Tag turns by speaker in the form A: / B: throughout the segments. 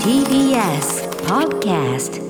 A: TBS Podcast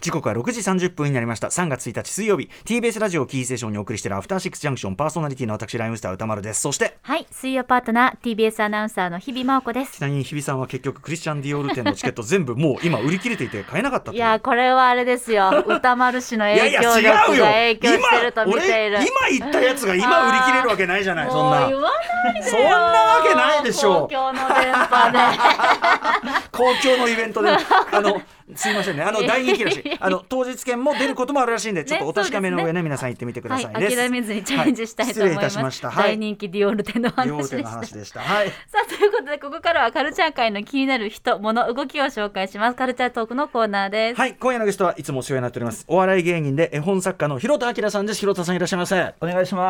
B: 時刻は6時30分になりました3月1日水曜日 TBS ラジオをキーステーションにお送りしているアフターシックスジャンクションパーソナリティの私ライムスター歌丸ですそして
C: はい、水曜パートナー TBS アナウンサーの日々真央子です
B: ち。なみに日比さんは結局クリスチャン・ディオール店のチケット全部もう今売り切れていて買えなかったと
C: いやーこれはあれです よ歌丸氏の
B: いやい
C: 影
B: や
C: 響力が
B: 違うよ
C: 影響してると見
B: 今
C: ている
B: 俺今言ったやつが今売り切れるわけないじゃないそん
C: もう
B: な
C: 言わないでよ
B: そんなわけないでしょう
C: 公共の電波で
B: 公共のイベン トであのすいませんねあの大人気らしいあの当日券も出ることもあるらしいんでちょっとお確かめの上ね皆さん行ってみてくだ
C: はい
B: さいです、
C: 諦めずにチャレンジしたいと思いま
B: は失礼
C: す、
B: いたしましたはい
C: 大人気ディオール店の
B: 両
C: 話
B: 手
C: で
B: の
C: した
B: 話でしたはい
C: さあということでここからはカルチャー界の気になる人物動きを紹介しますカルチャートークのコーナーです、
B: はい、今夜のゲストはいつもお世話になっております。お笑い芸人で絵本作家の広田明さんです。広田さんいらっしゃいませ。
D: お願いしま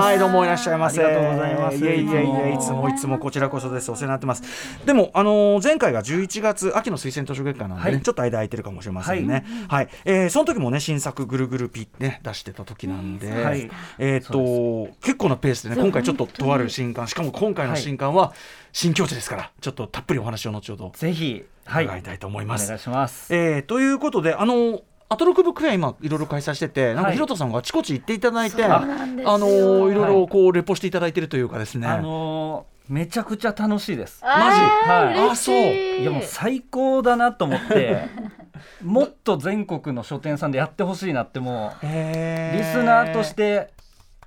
B: はい、どうもいらっしゃいませ。
D: ありがとうございます
B: いえいえいえ、いつもいつもこちらこそです。お世話になってます。でも、あのー前回が11月、秋の推薦図書月間なんでね、
D: はい
B: ちょっと間空いてるかもしれませんね。はい、えーその時もね、新作ぐるぐるピね、出してた時なんで。
D: はい
B: えーっと、結構なペースでね、今回ちょっととある新刊、しかも今回の新刊は。新境地ですから、ちょっとたっぷりお話を後ほど
D: す。ぜひ、はい、
B: 伺いたいと思い
D: お
B: ます。
D: 願いします。
B: えーということで、あのアトロクブックフェア今いろいろ開催してて、なんか
D: はい
B: ひろたさんがあちこち行っていただいて、
D: そう
B: あ
C: なんですよ
B: のいろいろこうレポしていただいてるというかですね。
D: あのーめちゃくちゃ楽しいです。
C: あー
D: マジはい
C: 嬉しい
D: いやもう最高だなと思って、もっと全国の書店さんでやってほしいなってもう
B: へー
D: リスナーとして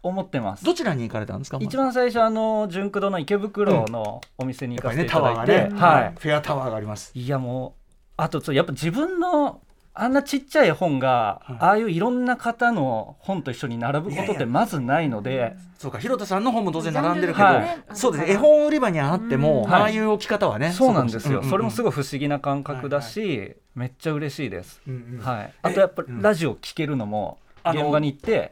D: 思ってます。
B: どちらに行かれたんですか。
D: 一番最初あの純駆動の池袋のお店に
B: や
D: 行
B: っぱ
D: か
B: りね
D: せてい
B: タ
D: た
B: ワ
D: だ
B: ーが
D: い
B: ね
D: て、、はい
B: フェアタワーがあります。
D: いやもうあとちょっとやっぱ自分のあんなちっちゃい本
B: は
D: が、
B: い
D: ああいういろんな方の本と一緒に並ぶことってまずないので
B: そうか、ひろたさんの本も当然並んでるけど、
D: ジャンルが
C: ね
B: そうですね。絵本売り場にあっても、
D: うん
B: ああいう置き方はね、
D: そうなんですよ、それもす
B: ごい。
D: ごい不思議な感覚だし、めっちゃ嬉しいです、
B: うんうん
D: はい、
B: え
D: あとやっぱり
B: うん
D: ラジオ聞けるのも、
B: あの
D: 現場に行って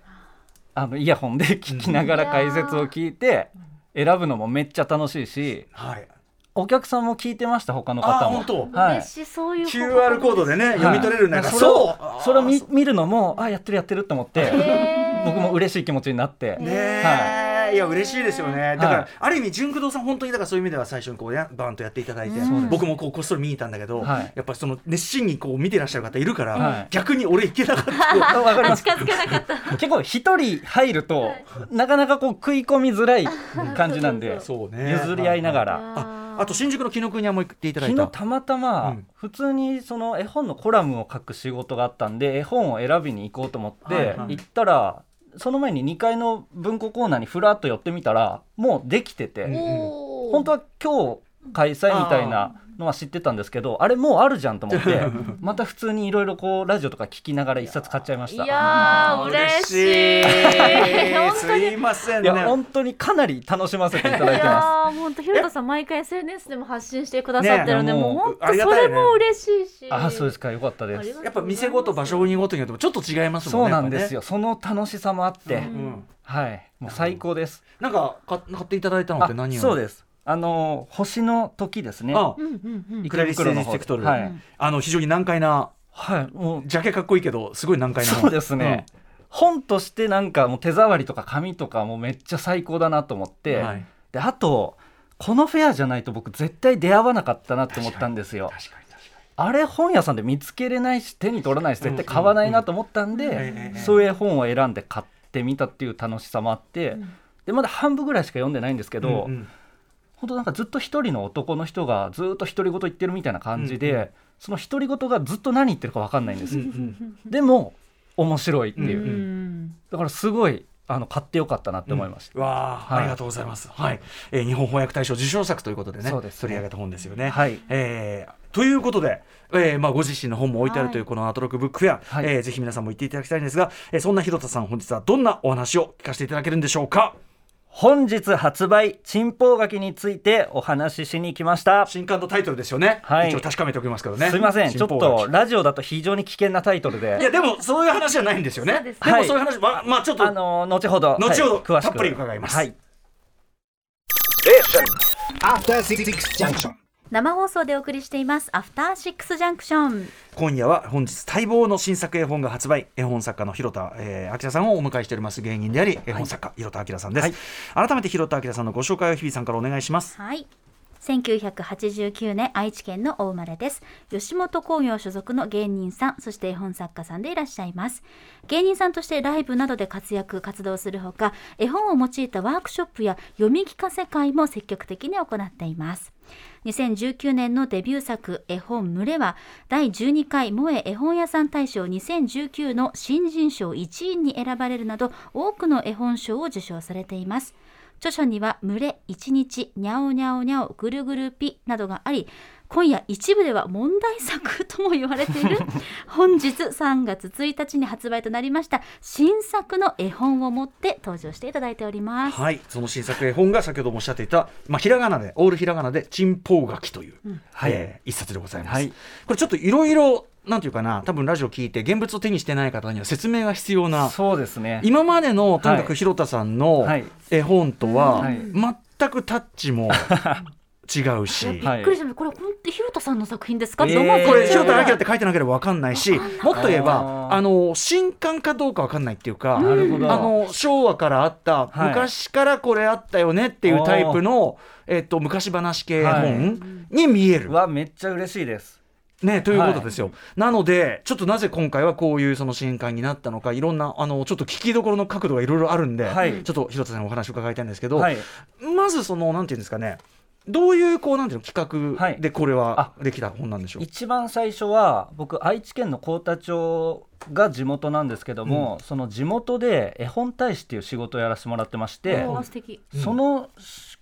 D: あのイヤホンで聞きながら解説を聞いて、選ぶのもめっちゃ楽しいし
B: はい。
D: お客さんも聞いてました他の
B: あ
D: 方
B: ー、
D: も
B: 本。当。
D: はい
C: 嬉しいそういう
B: QR コードでね、読み取れるなんか、
D: はい
B: そ。
D: そうそれを見見るのもあやってるやってると思って
C: へー
D: 僕も嬉しい気持ちになって、
B: ねえ、い、や嬉しいですよねだから、
D: はい
B: ある意味純駆動さん本当にだからそういう意味では最初にこうやバーンとやっていただいて、
C: そうです
B: 僕もこうこっそり見に行ったんだけど、
D: はい
B: やっぱりその熱心にこう見てらっしゃる方いるから、
D: はい
B: 逆に俺行けなかった
D: あわかります
C: 近づけなかった
D: 結構一人入るとなかなかこう食い込みづらい感じなんで
B: そうね
D: 譲り合いなが
B: ら
D: ら
B: ああと新宿の紀ノ国屋も行っていただ
D: 昨
B: い
D: 日
B: た
D: たまた
B: う
D: ま
B: ん
D: 普通にその絵本のコラムを書く仕事があったんで絵本を選びに行こうと思っ
B: はい
D: て
B: はい
D: 行ったらその前に2階の文庫コーナーにふらっと寄ってみたらもうできてて。本当は今日開催みたいなのは知ってたんですけどあれもうあるじゃんと思ってまた普通にいろいろこうラジオとか聞きながら一冊買っちゃいまし
C: い
D: た
C: やー嬉しい本当
B: 嬉し
C: に
B: いすいません
D: い
B: ね
D: や本当にかなり楽しませていただい
C: い
D: てま
C: やー本当ひろたさん毎回 SNS でも発信してくださってるので、
D: ね
C: もう本
B: あり
C: 当
B: が
C: そ
B: たいね
C: れも嬉しいし
D: すあそうですかよかったで
C: あり
D: す
C: が
B: やっぱ店ごと場所にごとによってもちょっと違います
D: そ
B: もん
D: う
B: ね
D: なんです
B: やっ
D: よその楽しさもあって
B: ぱねうん
D: はいもう最高です
B: なんかか買っていただいたのっ
D: あ
B: て何を
D: そうですあのー星の時ですね
B: あ
C: うんうんうん
B: クラリス・エ
D: 池袋
B: ジ
D: の
B: ス
D: 方
B: テクトル、
D: は
C: う
D: い
C: ん
B: あの非常に難解な
D: はいもう
B: ジャケかっこいいけどすごい難解な
D: そうですね、本としてなんかもう手触りとか紙とかもめっちゃ最高だなと思っ
B: うん
D: て、
B: はい、
D: であとこのフェアじゃないと僕絶対出会わなかったなって思ったんですよ
B: 確かに確か
D: あれ本屋さんで見つけれないし手に取らないし絶対買わないなと思ったんで、
B: んうんうん
D: そういう絵本を選んで買ってみたっていう楽しさもあって、でまだ半分ぐらいしか読んでないんですけど、
B: うんうん
D: 本当なんかずっと一人の男の人がずっと独り言言ってるみたいな感じで、
B: うんうん
D: その独り言がずっと何言ってるか分かんないんです
B: う
D: よ、
B: ん
D: でも面白いっていう、
B: うん
C: うん
D: だからすごいあの買ってよかったなって思いました、
B: うんわあ、
D: はい
B: ありがとうございます。はい、えー日本翻訳大賞受賞作ということでね、
D: そうですね
B: 取り上げた本ですよね。
D: はい
B: えーということで、えーまあ、ご自身の本も置いてあるというこのアトロックブックフェア、
D: はい
B: えーぜひ皆さんも行っていただきたいんですが、えーそんな広田さん本日はどんなお話を聞かせていただけるんでしょうか
D: 本日発売「珍宝書き」についてお話ししに来ました
B: 新刊のタイトルですよね、
D: はい
B: 一応確かめておきますけどね
D: すいませんちょっ
B: 新報
D: とラジオだと非常に危険なタイトル
B: いや
D: で
B: でもそういう話じゃないんですよね
C: そうです
B: でもそういう話、まあまあちょっと
D: あの後ほど
B: 後ほど
D: はい詳し
B: た
D: く
B: っぷり伺います
D: はい
E: After Six Junction.
C: 生放送でお送りしていますアフターシックスジャンクション
B: 今夜は本日待望の新作絵本が発売絵本作家の広田、えー、明さんをお迎えしております芸人であり絵本作家、広田明さんです、改めて広田明さんのご紹介を日比さんからお願いします
C: はい1989年愛知県のお生まれです吉本興業所属の芸人さんそして絵本作家さんでいらっしゃいます芸人さんとしてライブなどで活躍活動するほか絵本を用いたワークショップや読み聞かせ会も積極的に行っています2019年のデビュー作絵本群れは第12回萌え絵本屋さん大賞2019の新人賞1位に選ばれるなど多くの絵本賞を受賞されています著書には「群れ」「一日」「にゃおにゃおにゃお」「ぐるぐるぴ」などがあり今夜一部では問題作とも言われてい る本日3月1日に発売となりました新作の絵本を持って登場していただいております。
B: はいその新作絵本が先ほどもおっしゃっていた、まあ、ひらがなでオールひらがなで「チンポウガキ」という、
D: はい
B: えー一冊でございます、
D: はい
B: これちょっといろいろなんていうかな多分ラジオ聞いて現物を手にしてない方には説明が必要な
D: そうですね
B: 今までのとにか
D: は
B: く
D: い
B: 広田さんの
D: はい
B: 絵本とは
D: はい
B: 全くタッチ も違うし、
C: びっくりしましたこれ本当ひろたさんの作品ですか、
D: えー
C: と思う
B: これ
D: えー
B: 白田明っ
C: って
B: 書いてなければ分かんないしもっと言えば
D: あー
B: あの新刊かどうか分かんないっていうか、
D: なるほど
B: あの昭和からあった、
D: はい
B: 昔からこれあったよねっていうタイプの、えっと、昔話系本に見える、
D: はめっちゃ嬉しいです
B: ね、ということですよ、なのでちょっとなぜ今回はこういうその新刊になったのかいろんなあのちょっと聞きどころの角度がいろいろあるんで、
D: はい
B: ちょっと広田さんにお話を伺いたいんですけど、
D: はい
B: まずそのなんていうんですかねどういうこうなんていうの企
D: は
B: 画
D: い
B: でこれは
D: あ
B: できた本なんでしょう、
D: 一番最初は僕愛知県の幸田町が地元なんですけども、その地元で絵本大使っていう仕事をやらせてもらってまして、
C: 素敵
D: その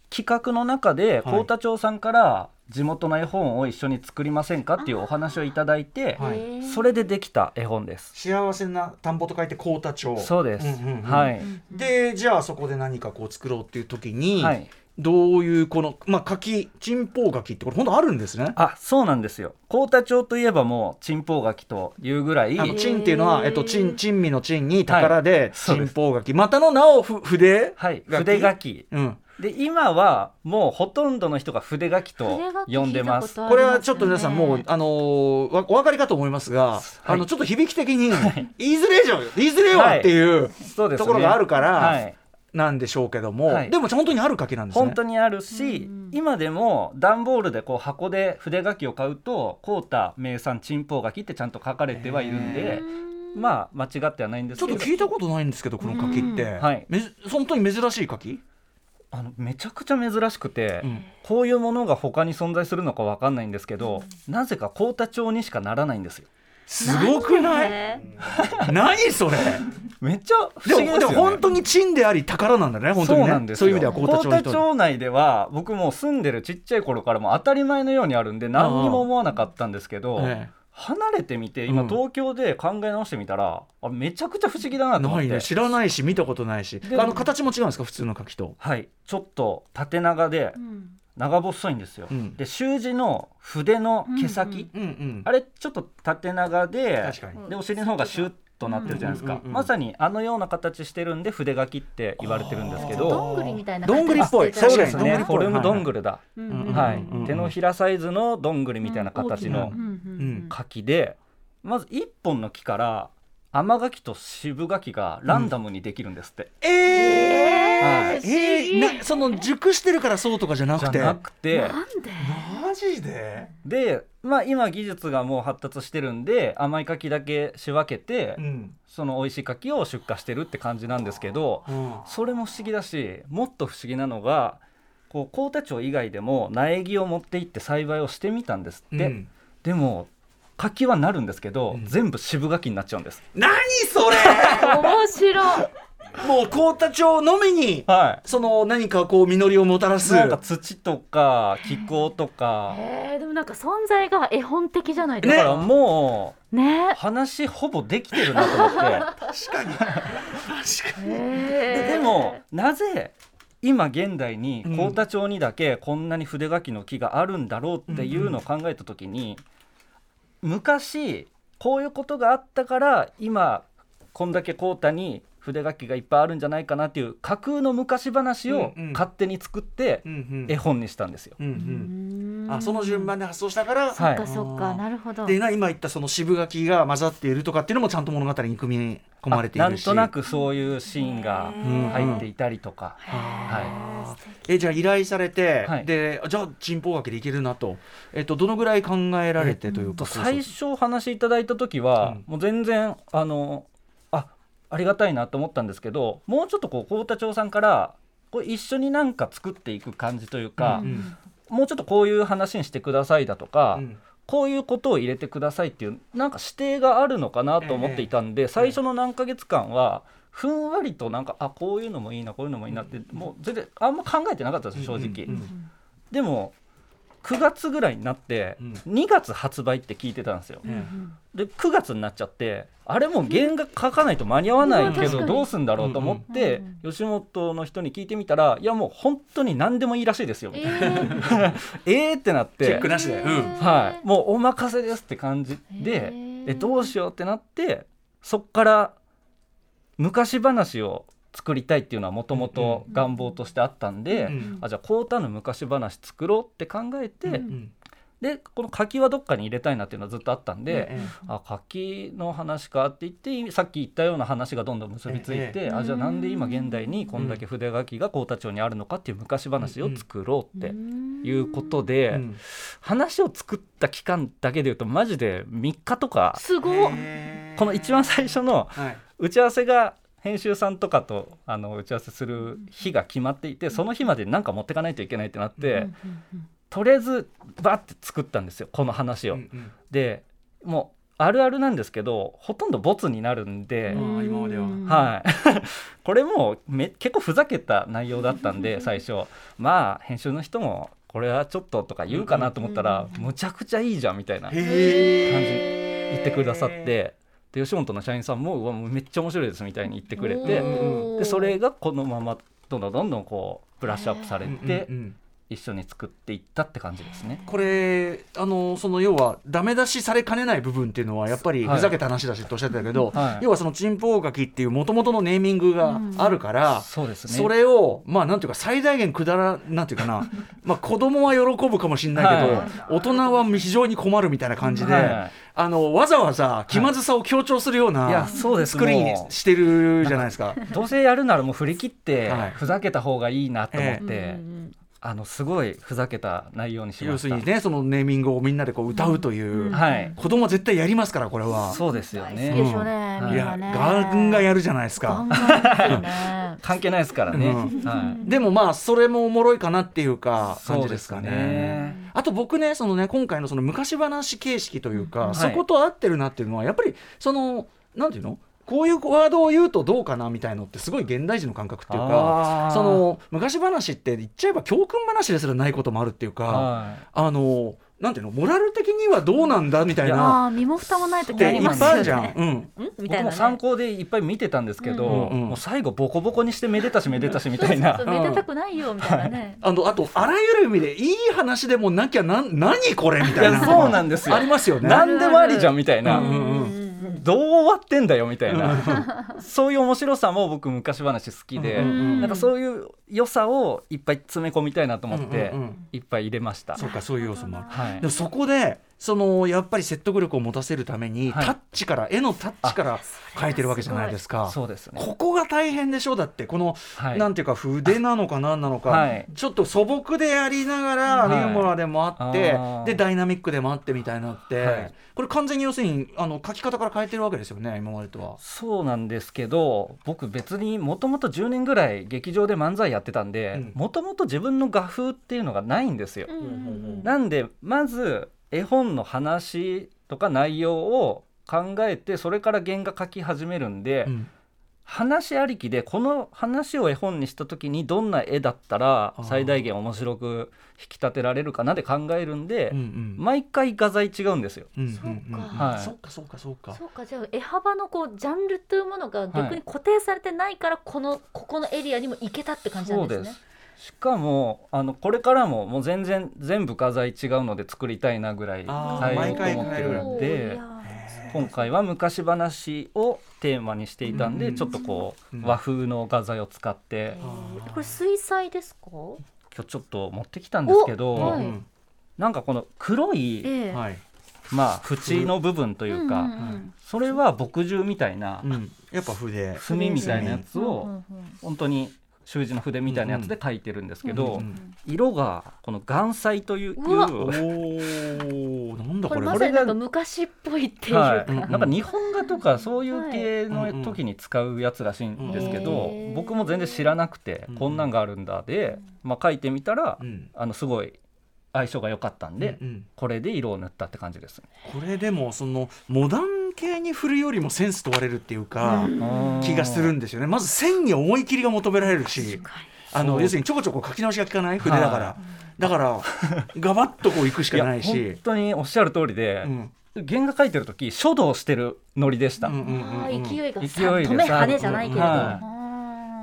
D: 企画の中で
B: はい
D: 幸田町さんから地元の絵本を一緒に作りませんかっていうお話をいただいて、
B: はい
C: へー
D: それでできた絵本です。
B: 幸せな田んぼと書いて幸田町
D: そうです、
B: んうんうん
D: はい、
B: でじゃあそこで何かこう作ろうっていう時に、
D: はい
B: どういうこのまあ柿チンポウガキってこれ本当あるんですね
D: あそうなんですよ幸田町といえばもうチンポウガキというぐらい
B: あのチンっていうの
C: へ
B: は、
C: ー
B: えっと、チン珍味のチンに宝
D: は
B: で
D: い
B: チ
D: そうで
B: ン
D: す
B: ポウガキまたの名をふ筆
D: はい、筆書き
B: うん、
D: で今はもうほとんどの人が筆書きと
C: 筆書き
D: 呼んでます
C: 聞いたとありますね
B: これはちょっと皆さんもう、あのーわお分かりかと思いますが、あのちょっと響き的に言いづれえじゃん言いづれえわっていう、
D: そうですね
B: ところがあるから
D: はい、
B: なんでしょうけども、
D: はい
B: でも本当にある柿なんですね
D: 本当にあるし、今でも段ボールでこう箱で筆書きを買うと「幸田名産チンポウ書き」ってちゃんと書かれてはいるんで、まあ間違ってはないんです
B: ちょっ
D: け
B: と
D: ど
B: 聞いたことないんですけどこの柿って、
D: んはい
B: めず本当に珍しい柿、
D: あのめちゃくちゃ珍しくて、
B: うん
D: こういうものが他に存在するのかわかんないんですけど、なぜか幸田町にしかならないんですよ。
B: すごくない
C: へ
B: 何それ
D: めっちゃ 不
B: で
D: 思
B: も
D: 議ですよ、ね、
B: でも本当に珍であり宝なんだね本当にね
D: そうなんですよ
B: いう意味では幸田町の
D: 幸
B: 人
D: 田
B: に
D: 町内では僕もう住んでるちっちゃい頃からもう当たり前のようにあるんで何にも思わなかったんですけど、
B: ええ
D: 離れてみて
B: う
D: 今
B: ん
D: 東京で考え直してみたら、あめちゃくちゃ不思議だなと思
B: な
D: って
B: いね知らないし見たことないし
D: で
B: あの形も違うんですか普通の柿と
D: はい、ちょっと縦長で
C: ーうん
D: 長細いんですよ、
B: うん
D: で習字の筆の毛先、
C: うんうん
B: うんうん
D: あれちょっと縦長で
B: 確かに
D: でお尻の方がシュッとなってるじゃないですか、
B: うんうんうんうん
D: まさにあのような形してるんで筆書きって言われてるんですけ
B: あー
D: ど
C: どんぐりみたいな
B: どんぐりっぽい
C: 形して
D: そう
C: た
D: で
C: りと
D: す
B: 確かにどんぐりっぽい
D: ねこれもどんぐりだ、
C: うんうんうん
D: は
B: う
D: い
B: んうんうん、
D: 手のひらサイズのどんぐりみたいな形の
C: うん、
B: うん
D: 柿でまず1本の木から甘柿と渋柿がランダムにできるんですって、
B: ええー、
D: はい
B: えーなその熟してるからそうとかじゃなくて
D: じゃなくて
C: なんで
B: マジで
D: で、まあ、今技術がもう発達してるんで甘い柿だけ仕分けて、
B: うん、
D: その美味しい柿を出荷してるって感じなんですけど
B: うん、
D: それも不思議だしもっと不思議なのがこう高田町以外でも苗木を持って行って栽培をしてみたんですって、
B: うん
D: でも柿はなるんですけど、
B: うん
D: 全部渋柿になっちゃうんです。
B: 何そ れ
C: 面 白い
B: もう幸田町のみに
D: はい
B: その何かこう実りをもたらす
D: なんか土とか気候とか、
C: えー、でもなんか存在が絵本的じゃないで
D: だ
C: す
D: から
C: か。
D: も
C: ね。
D: う話ほぼできてるなと思っ
B: 確かに確かに
D: てで
C: で
D: でもなぜ今現代に
B: うん
D: 幸田町にだけこんなに筆書きの木があるんだろうっていうのを考えた時に昔こういうことがあったから今こんだけ幸田に筆書きがいっぱいあるんじゃないかなっていう架空の昔話を
B: うんうん
D: 勝手に作って
B: うんうん
D: 絵本にしたんですよ。
B: うんうんあその順番で発送したから、
D: はい
C: そっかそっかなるほど
B: でな今言ったその渋垣が混ざっているとかっていうのもちゃんと物語に組み込まれてい
D: な
B: る
D: ん
B: し
D: となくそういうシーンが入っていたりとか、
B: あーえじゃあ依頼されて、
D: はい
B: でじゃあ人工学でいけるなと、えっと、どのぐらい考えられてという
D: と
B: か、そうそう
D: 最初お話しいただいた時は、
B: うん
D: もう全然あのあありがたいなと思ったんですけどもうちょっとこう幸田町さんからこう一緒になんか作っていく感じというか
B: う、ん
D: もうちょっとこういう話にしてくださいだとか、
B: うん
D: こういうことを入れてくださいっていうなんか指定があるのかなと思っていたんで、最初の何ヶ月間はふんわりとなんかあこういうのもいいなこういうのもいいなって、もう全然あんま考えてなかったんですよ正直、
B: うんうん
D: でも9月ぐらいになって、
B: うん
D: 2月発売って聞いてたんですよ、
B: え
D: で9月になっちゃってあれもう原画書かないと間に合わないけ
C: うん確か
D: ど
C: に
D: どうすんだろうと思って、
C: うん
D: 吉本の人に聞いてみたらいやもう本当に何でもいいらしいですよみたいな、えーってなっ
B: え
D: て
B: チェックなしで、うん
D: はい、もうお任せですって感じで
C: へー
D: でどうしようってなってそっから昔話を作りたいっていうのはもともと願望としてあったんで、
B: うん
D: あじゃあこうたの昔話作ろうって考えて、
C: う
B: うん
D: でこの柿はどっかに入れたいなっていうのはずっとあったんで、あ柿の話かって言ってさっき言ったような話がどんどん結びついて、
B: え
D: あじゃあなんで今現代にこんだけ筆書きが幸田町にあるのかっていう昔話を作ろうっていうことで。
B: うん
D: 話を作った期間だけでいうとマジで3日とか
C: すごっ
B: へー
D: この一番最初の
B: はい
D: 打ち合わせが編集さんとかとあの打ち合わせする日が決まっていてその日まで何か持ってかないといけないってなって、
B: うん
D: とりあえずバッて作ったんですよこの話を。
B: うんうん
D: でもうあるあるなんですけどほとんどボツになるんで。
B: うんあー今までは
D: はい、 これもめ結構ふざけた内容だった んで最初まあ編集の人もこれはちょっととか言うかなと思ったら、むちゃくちゃいいじゃんみたいな
B: へ
D: 感じ言ってくださってで吉本の社員さんも「うわもうめっちゃ面白いです」みたいに言ってくれて
B: お
D: でそれがこのままどんどんどんどんこうブラッシュアップされ
B: ー
D: て
B: うんうんうん
D: 一緒に作っていったって感じですね。
B: これあのその要はダメ出しされかねない部分っていうのはやっぱり
D: はい
B: ふざけた話だしっておっしゃってたけど、
D: はい
B: 要はそのチンポウガキっていう元々のネーミングがあるから、
D: そうですね
B: それをまあなんていうか最大限くだらなんていうか なまあ子供は喜ぶかもしれないけど、
D: はい
B: 大人は非常に困るみたいな感じで、
D: はい
B: あのわざわざ気まずさを強調するような、
D: いやそうです
B: スクリーン
D: も
B: に
D: う
B: してるじゃないですか。
D: どうせやるならもう振り切って
B: はい
D: ふざけた方がいいなと思って、
C: え
D: あのすごいふざけた内容にしま
B: 要
D: し
B: す
D: た。
B: るにねそのネーミングをみんなでこう歌うという、
D: はい、
B: 子供は絶対やりますからこれは。
D: そうですよ
C: 好きでし
D: ね。
C: ょうね
D: うん
C: み
B: い
C: ん
B: や
C: なね
B: ガンガンやるじゃないですか。
C: ガンガンやるね
D: 関係ないですからね。
B: うん
D: はい、
B: でもまあそれもおもろいかなっていうか感
D: そう
B: じ
D: で
B: ですす
D: か
B: かね。
D: ね。
B: あと僕ねそのね今回のその昔話形式というか、
D: い
B: そこと合ってるなっていうのはやっぱりそのなんていうのこういうワードを言うとどうかなみたいのってすごい現代人の感覚っていう
D: あ
B: か
D: ー
B: その昔話って言っちゃえば教訓話ですらないこともあるっていうか
D: はい
B: あのなんていうのモラル的にはどうなんだみたい な
C: あー身も蓋もない
B: っ
C: 時
B: て
C: あ
B: い
C: り
B: っぱ
C: ま
B: い
C: すよね
B: あるじゃん。うん
C: んみたい
D: 僕
C: な
D: も
C: ね
D: 参考でいっぱい見てたんですけど、
B: うんうん
D: もう最後ボコボコにしてめでたしめでたしみた
C: そ
D: い
C: う
D: な
C: そうめでたくないよみたいなね
B: あのあとあらゆる意味でいい話でもなきゃなん何これみたいなのが
D: いやそう なんですよ
B: ありますよね。
D: 何でもありじゃんみたいな、
B: うんうんうん
D: どう終わってんだよみたいな、そういう面白さも僕昔話好きで、
B: うんうん
D: なんかそういう良さをいっぱい詰め込みたいなと思って、
B: うんうんうん
D: いっぱい入れました。
B: そうかそういう要素もある。
D: はい
B: でもそこでそのやっぱり説得力を持たせるために、
D: はい
B: タッチから絵のタッチから描いてるわけじゃないですか。
D: そうですね
B: ここが大変でしょうだってこの、
D: はい
B: なんていうか筆なのか何なのか、
D: はい
B: ちょっと素朴でやりながら、
D: はい
B: ユーモラでもあって
D: あー
B: でダイナミックでもあってみたいなって、
D: はい
B: これ完全に要するにあの描き方から変えてるわけですよね今までとは。
D: そうなんですけど僕別にもともと10年ぐらい劇場で漫才やってたんで
B: うん
D: もともと自分の画風っていうのがないんですよ。
C: うんうん
D: なんでまず絵本の話とか内容を考えてそれから原画描き始めるんで、
B: うん
D: 話ありきでこの話を絵本にした時にどんな絵だったら
B: あー
D: 最大限面白く引き立てられるかなって考えるんで
B: うんうん
D: 毎回画材違うんですよ。
B: うんうん
C: そうか
B: うん
D: はい
B: そっかそうかそうか
C: そうかじゃあ絵幅のこうジャンルというものが逆に固定されてないから、このここのエリアにも行けたって感じな
D: そうん
C: です
D: で
C: ね。
D: すしかもあのこれからももう全然全部画材違うので作りたいなぐらい
B: あ
C: ー
D: 変えようと思ってるん
C: おーい
D: で
C: や
D: 今回は昔話をテーマにしていたんで、
B: うん
D: ちょっとこう、
B: うん
D: 和風の画材を使って
C: ーこれ水彩ですか？
D: 今日ちょっと持ってきたんですけ
C: おは
D: ど
C: い
B: うん
D: なんかこの黒い、
C: ええ
B: はい
D: まあ縁の部分というか、
C: んん
D: それは墨汁みたいな
B: うん、やっぱ筆
D: 墨みたいなやつ
C: う
D: を
C: んうんうん
D: 本当に習字の筆みたいなやつで書いてるんですけ
B: う
D: ど
B: ん
D: 色がこの岩彩という
C: うわ
B: おーなんだ
C: こ
B: こ
C: れ
B: れ
C: ま
D: こ
C: さ
D: れ
C: になんか昔っぽいっていうか、
D: はい、
B: うん
D: なんか日本画とかそういう系の時に使うやつらしいんですけど、
C: うんうん
D: 僕も全然知らなくて、
B: うん
D: こんなんがあるんだで、まあ、書いてみたら、
B: うん
D: あのすごい相性が良かったんで、
B: うん
D: これで色を塗ったって感じですね。
B: これでもそのモダン系に振るよりもセンス問われるっていうか、気がするんですよねまず線に思い切りが求められるしあ
D: そ
B: の
D: う
B: 要するにちょこちょこ書き直しが効かない筆だから、
D: は
B: だからガバッとこういくし
D: い
B: か
D: や
B: ない
D: 本
B: し。
D: 当におっしゃる通りで
B: う、ん
D: 原画描いてる時書道してるノリでした。
B: うんうんうん
C: あ
B: う
C: ー
B: ん
C: 勢いがさ
D: 勢いで
C: 止め跳ねじゃないけれど、
D: はい
C: あ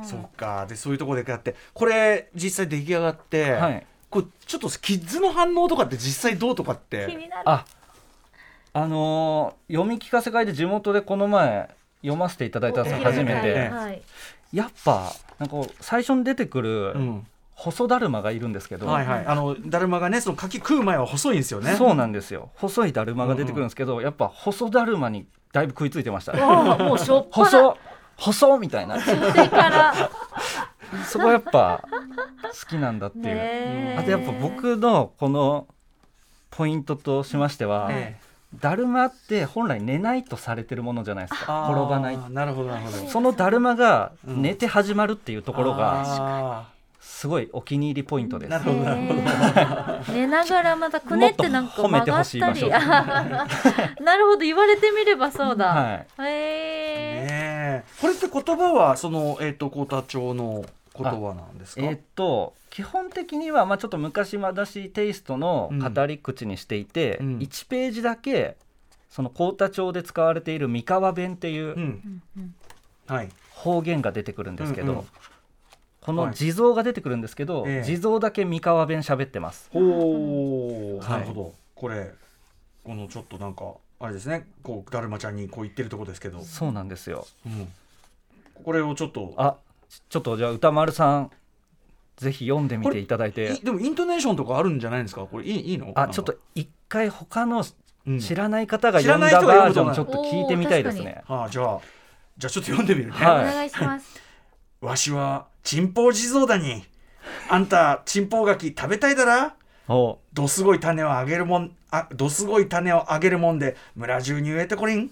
C: ー
B: そっかでそういうところでやってこれ実際出来上がって、
D: はい、
B: こうちょっとキッズの反応とかって実際どうとかって
C: 気になる
D: ああのー読み聞かせ会で地元でこの前読ませていただいたんですよ初め
B: おえ
D: て
B: え。
C: はい
D: やっぱなんかこう最初に出てくる
B: うん
D: 細だるまがいるんですけど、
B: はいはい、あのだるまがねその柿食う前は細いんですよね
D: そうなんですよ細いだるまが出てくるんですけど、やっぱ細だるまにだいぶ食いついてました
C: あーもうしょっぱな
D: 細細みたいな
C: 手から
D: そこやっぱ好きなんだっていう、
C: ねえ
D: あとやっぱ僕のこのポイントとしましては、
B: ええ
D: だるまって本来寝ないとされてるものじゃないですか
B: あー
D: 転ばない
B: なるほどなるほど
D: そのだるまが寝て始まるっていうところが
B: が
D: すごいお気に入りポイントです
B: なるほどなるほど
C: 寝ながらまたくねってなんか
D: も
C: 曲が
D: っと褒めてほ
C: っ
D: しい
C: た
D: 場所
C: りなるほど言われてみればそうだ、
D: はい
C: へえ
B: ねえこれって言葉はそのえっ、と幸田町の言葉なんですか
D: えーっと基本的には、まあ、ちょっと昔話テイストの語り口にしていて、
B: うんうん
D: 1ページだけその幸田町で使われている三河弁っていううん
B: はい
D: 方言が出てくるんですけど、
B: うんうん
D: こ
B: は
D: の
B: い
D: 地蔵が出てくるんですけど、
B: ええ
D: 地蔵だけ三河弁喋ってます。
B: ほう、
D: はい
B: なるほどこれこのちょっとなんかあれですねこうだるまちゃんにこう言ってるとこですけど、
D: そうなんですよ
B: うん、これをちょっと
D: あちちょっとじゃあ歌丸さんぜひ読んでみていただいて
B: いでもイントネーションとかあるんじゃないんですかこれいいいいの
D: あちょっと、一回他の
B: なんか
D: 知らない方が
B: 知ら
D: 読ん
B: ない
D: だ
B: 人が読
D: バー
B: む
D: ジ
B: と
D: ョンちょっと聞いてみたいですね。
B: うんはあじゃあじゃあちょっと読んでみるね、
D: はい
C: お願いし ます
B: わしはチンポウ地蔵だにあんたチンポウガキ食べたいだら
D: お
B: どすごい種をあげるもんあどすごい種をあげるもんで村中に植えてこり ん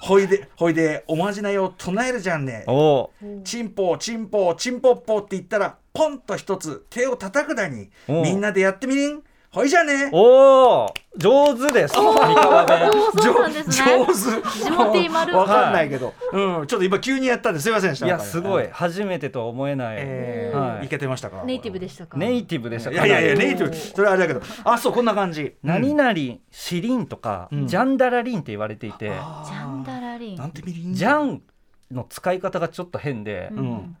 B: ほいでほいでおまじないを唱えるじゃんね
D: お
B: チンポウチンポウチンポッポウって言ったらポンと一つ手を叩くだに
D: おう
B: みんなでやってみりんほいじゃね
D: おお上手です三河弁
C: おそうなんですね
B: 上
C: 地元
B: 手
C: いまる
B: わかんないけど、うん、ちょっと今急にやったんですいませんでした
D: いやすごい初めてとは思えない、
B: えー
D: はい
B: いけてましたか
C: ネイティブでしたか
D: ネイティブでした
B: いやいやいや
D: かなり
B: ネイティブそれはあれだけどあそうこんな感じ
D: 何々シリンとか、
B: うん
D: ジャンダラリンって言われていて、
C: ジャンダラリン
B: なんてみりん
D: ジャンの使い方がちょっと変で、
B: うん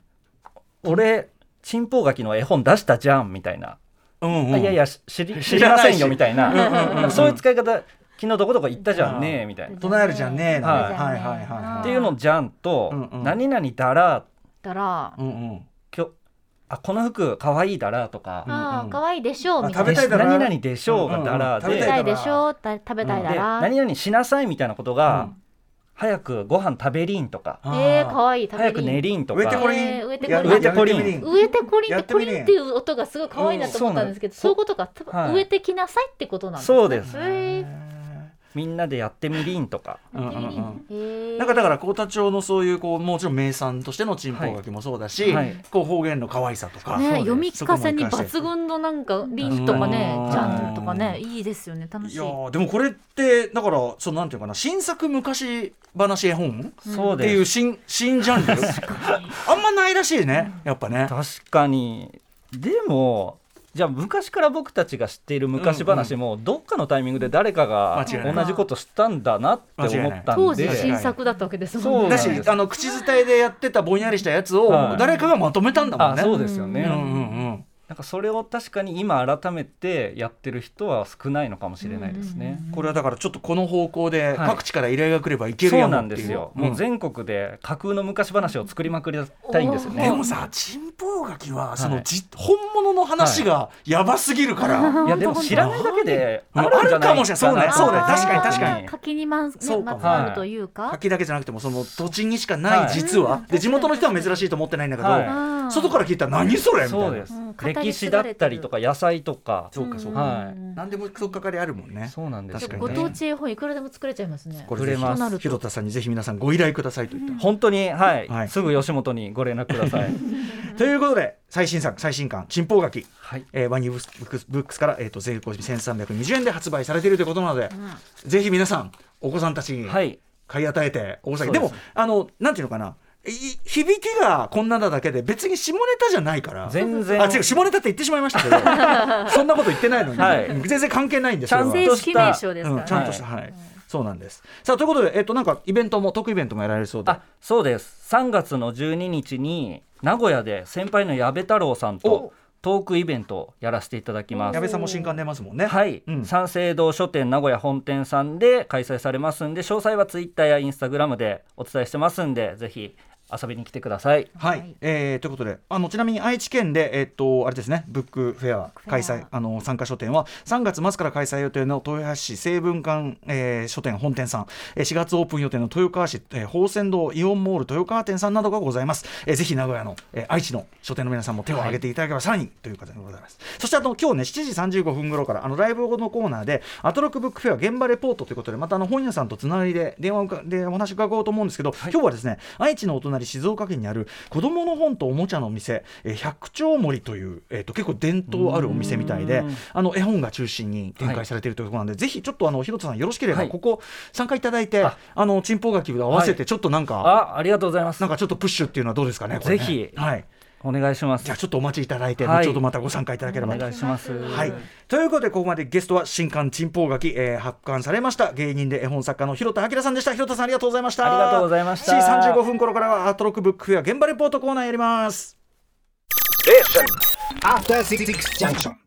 D: 俺チンポウガキの絵本出したじゃんみたいな、
B: うん
D: あいやいやし 知り知りませんよみたい
B: うん
D: な、
B: うんうん
D: そういう使い方昨日どこどこ行ったじゃんねみたいな、っ
B: 唱えるじゃんね
D: はい
B: はいはいはいはい
D: ていうのをジャンと、
B: うんうん
D: 何々だら
C: だら
B: うんうん
D: きょあこの服かわいいだらとか、
C: ああ可愛いでしょうみたい
B: 食べ
C: な
B: たいだら
D: 何々でしょうがだらで,、
B: うんうん食べ
C: 食べ
B: た
C: た
B: い
C: いでしょうだ食べたいだ
D: で
C: ら
D: 何々しなさいみたいなこと
B: う
D: が、
B: ん
D: 早くご飯食べりんとか
C: えー、
B: あー
C: 可愛い食べ
D: 早
C: り
D: く
C: ん
D: 寝りんとか
B: 植えてこりん
C: えー植えてこりん
B: や
D: 植えてこりん
B: やっ
C: 植えてこりん
B: や
C: っ
B: っててみ
C: こ
B: ね
C: りんっていう音がすごい可愛いなと思ったんですけど、
D: うん
C: そういうことが多分、
D: はい
C: 植えてきなさいってことなんですね。
D: そうです
C: えー
D: みんなでやってみりんとか
B: うんうんうん
C: えー
B: なんかだから幸田町のそういうこうもちろん名産としてのチンポウガキもそうだし、
D: はい
B: こう方言の可愛さとか、
C: ね、読み
B: そ
C: 聞
B: こも
C: か
B: 活か
C: せ
B: して
C: に抜群のなんかリンとかね
B: うん、
C: ジャンとかね、いいですよね、楽し
B: い
C: い。
B: やーでもこれってだからそのなんていうかな新作昔話絵本
D: そう
B: ってい
D: で
B: う
D: す
B: 新新ジャンルあんまないらしいねやっぱね。
D: 確かにでもじゃあ昔から僕たちが知っている昔話もどっかのタイミングで誰かが
B: 間違いない
D: 同じことしたんだなって思った
C: 当
D: ん
C: 時
D: で
B: 間違いない
C: 新作だったわけですもん
D: そう
B: だ
D: な
B: し
D: んです
B: あの口伝えでやってたぼんやりしたやつを
D: はい
B: 誰かがまとめたんだもん
D: あ
B: ね。
D: そうです
B: う
D: よ
B: んう
D: ね
B: んうん
D: なんかそれを確かに今改めてやってる人は少ないのかもしれないですね。
B: これはだからちょっとこの方向で
D: はい
B: 各地から依頼が来ればいける
D: そ
B: や
D: うんなん
B: って
D: で
B: い
D: す
B: う
D: よ、もう全国で架空の昔話を作りまくりたいんですよ
B: で
D: ね。
B: もさ珍宝書きはその、
D: はい
B: じ本物の話がやばすぎるから、
D: いやでも知らないだけで
B: うん
D: あるんじゃない
B: あるかもしれないそうねそうね
D: かな
B: 確かに確か
C: に柿にま,、ね
B: そうか
C: ま
B: も
C: つわるというか、
B: 書きだけじゃなくてもその土地にしかな
D: はいい
B: 実は、
C: うん
B: で地元の人は珍しいと思ってないんだけど、
D: はい
C: うん
B: 外から聞いたら何それみたいな
D: そうです、
C: うん
D: 歴史だったりとか野菜とか
B: そうかそうか、
D: はい
C: ん
B: 何でも取っかかりあるもんね
D: そうなんですよ、ね、
B: 確
E: ご
B: かにね
E: 当地絵本いくらでも作れちゃいますね
B: これぜひ
D: 触れ
E: ます
B: 広田さんにぜひ皆さんご依頼くださいと言って、
D: 本当に、はい、
B: はい
D: すぐ吉本にご連絡ください。
B: ということで最新作最新刊「珍宝書き」
D: はい、
B: えーワニブックスブックスから、えー、と税込み1320円で発売されているということなので、ぜひ皆さんお子さんたちに
D: はい、
B: 買い与えて大
D: そ
B: 騒ぎ
D: う
B: で
D: です
B: もあのなんていうのかない響きがこんななだけで別に下ネタじゃないから
D: 全然
B: あ違う下ネタって言ってしまいましたけどそんなこと言ってないのに、
D: はい
B: うん全然関係ないんです
D: ちゃんと
B: それは
C: 正式名称ですから、
B: うん、ちゃんとしたはい、そうなんですさあということで、えっとなんかイベントも特イベントもやられるそうで
D: あ、そうです。3月の12日に名古屋で先輩の矢部太郎さんとトークイベントをやらせていただきま
B: 矢
D: す。
B: 部さんも新刊出ますもんね
D: はい、
B: うん
D: 三省堂書店名古屋本店さんで開催されますんで、詳細はツイッターやインスタグラムでお伝えしてますんで、ぜひ遊びに来てください。
B: はい、えーということであのちなみに愛知県で、えっとあれですねブックフェア開
E: フェ
B: 催
E: ア
B: あの参加書店は3月末から開催予定の豊橋市西文館、えー書店本店さんえー4月オープン予定の豊川市、えー、宝泉堂イオンモール豊川店さんなどがございます、えーぜひ名古屋の、えー愛知の書店の皆さんも手を挙げていただければさらにという形でございます、そしてあの今日ね7時35分頃からあのライブ後のコーナーでアトロックブックフェア現場レポートということでまたあの本屋さんとつながりで電話をかでお話伺おうと思うんですけど、今日はですね愛知のお隣静岡県にある子どもの本とおもちゃのお店、えー百鳥森という、えー、と結構伝統あるお店みたいで
D: うん
B: あの絵本が中心に展開されているということなんで、ぜひちょっとあの広田さんよろしければ、
D: はい
B: ここ参加いただいてあ
D: あ
B: のチンポガキと合わせてちょっとなんか、
D: あ、ありがとうございます。
B: なんかちょっとプッシュっていうのはどうですかねこれね
D: ぜひ
B: はい、
D: お願いします。
B: じゃあちょっとお待ちいただいて、
D: はい
B: 後ほどまたご参加いただけれ
D: お
B: ばと
D: 願いします。
B: はい、ということでここまでゲストは新刊「珍宝書き」えー発刊されました芸人で絵本作家の広田明さんでした広田さんありがとうございました
D: ありがとうございました
B: 7時35分頃からはアートロックブックフェア現場レポートコーナーやります
F: After Six Junction.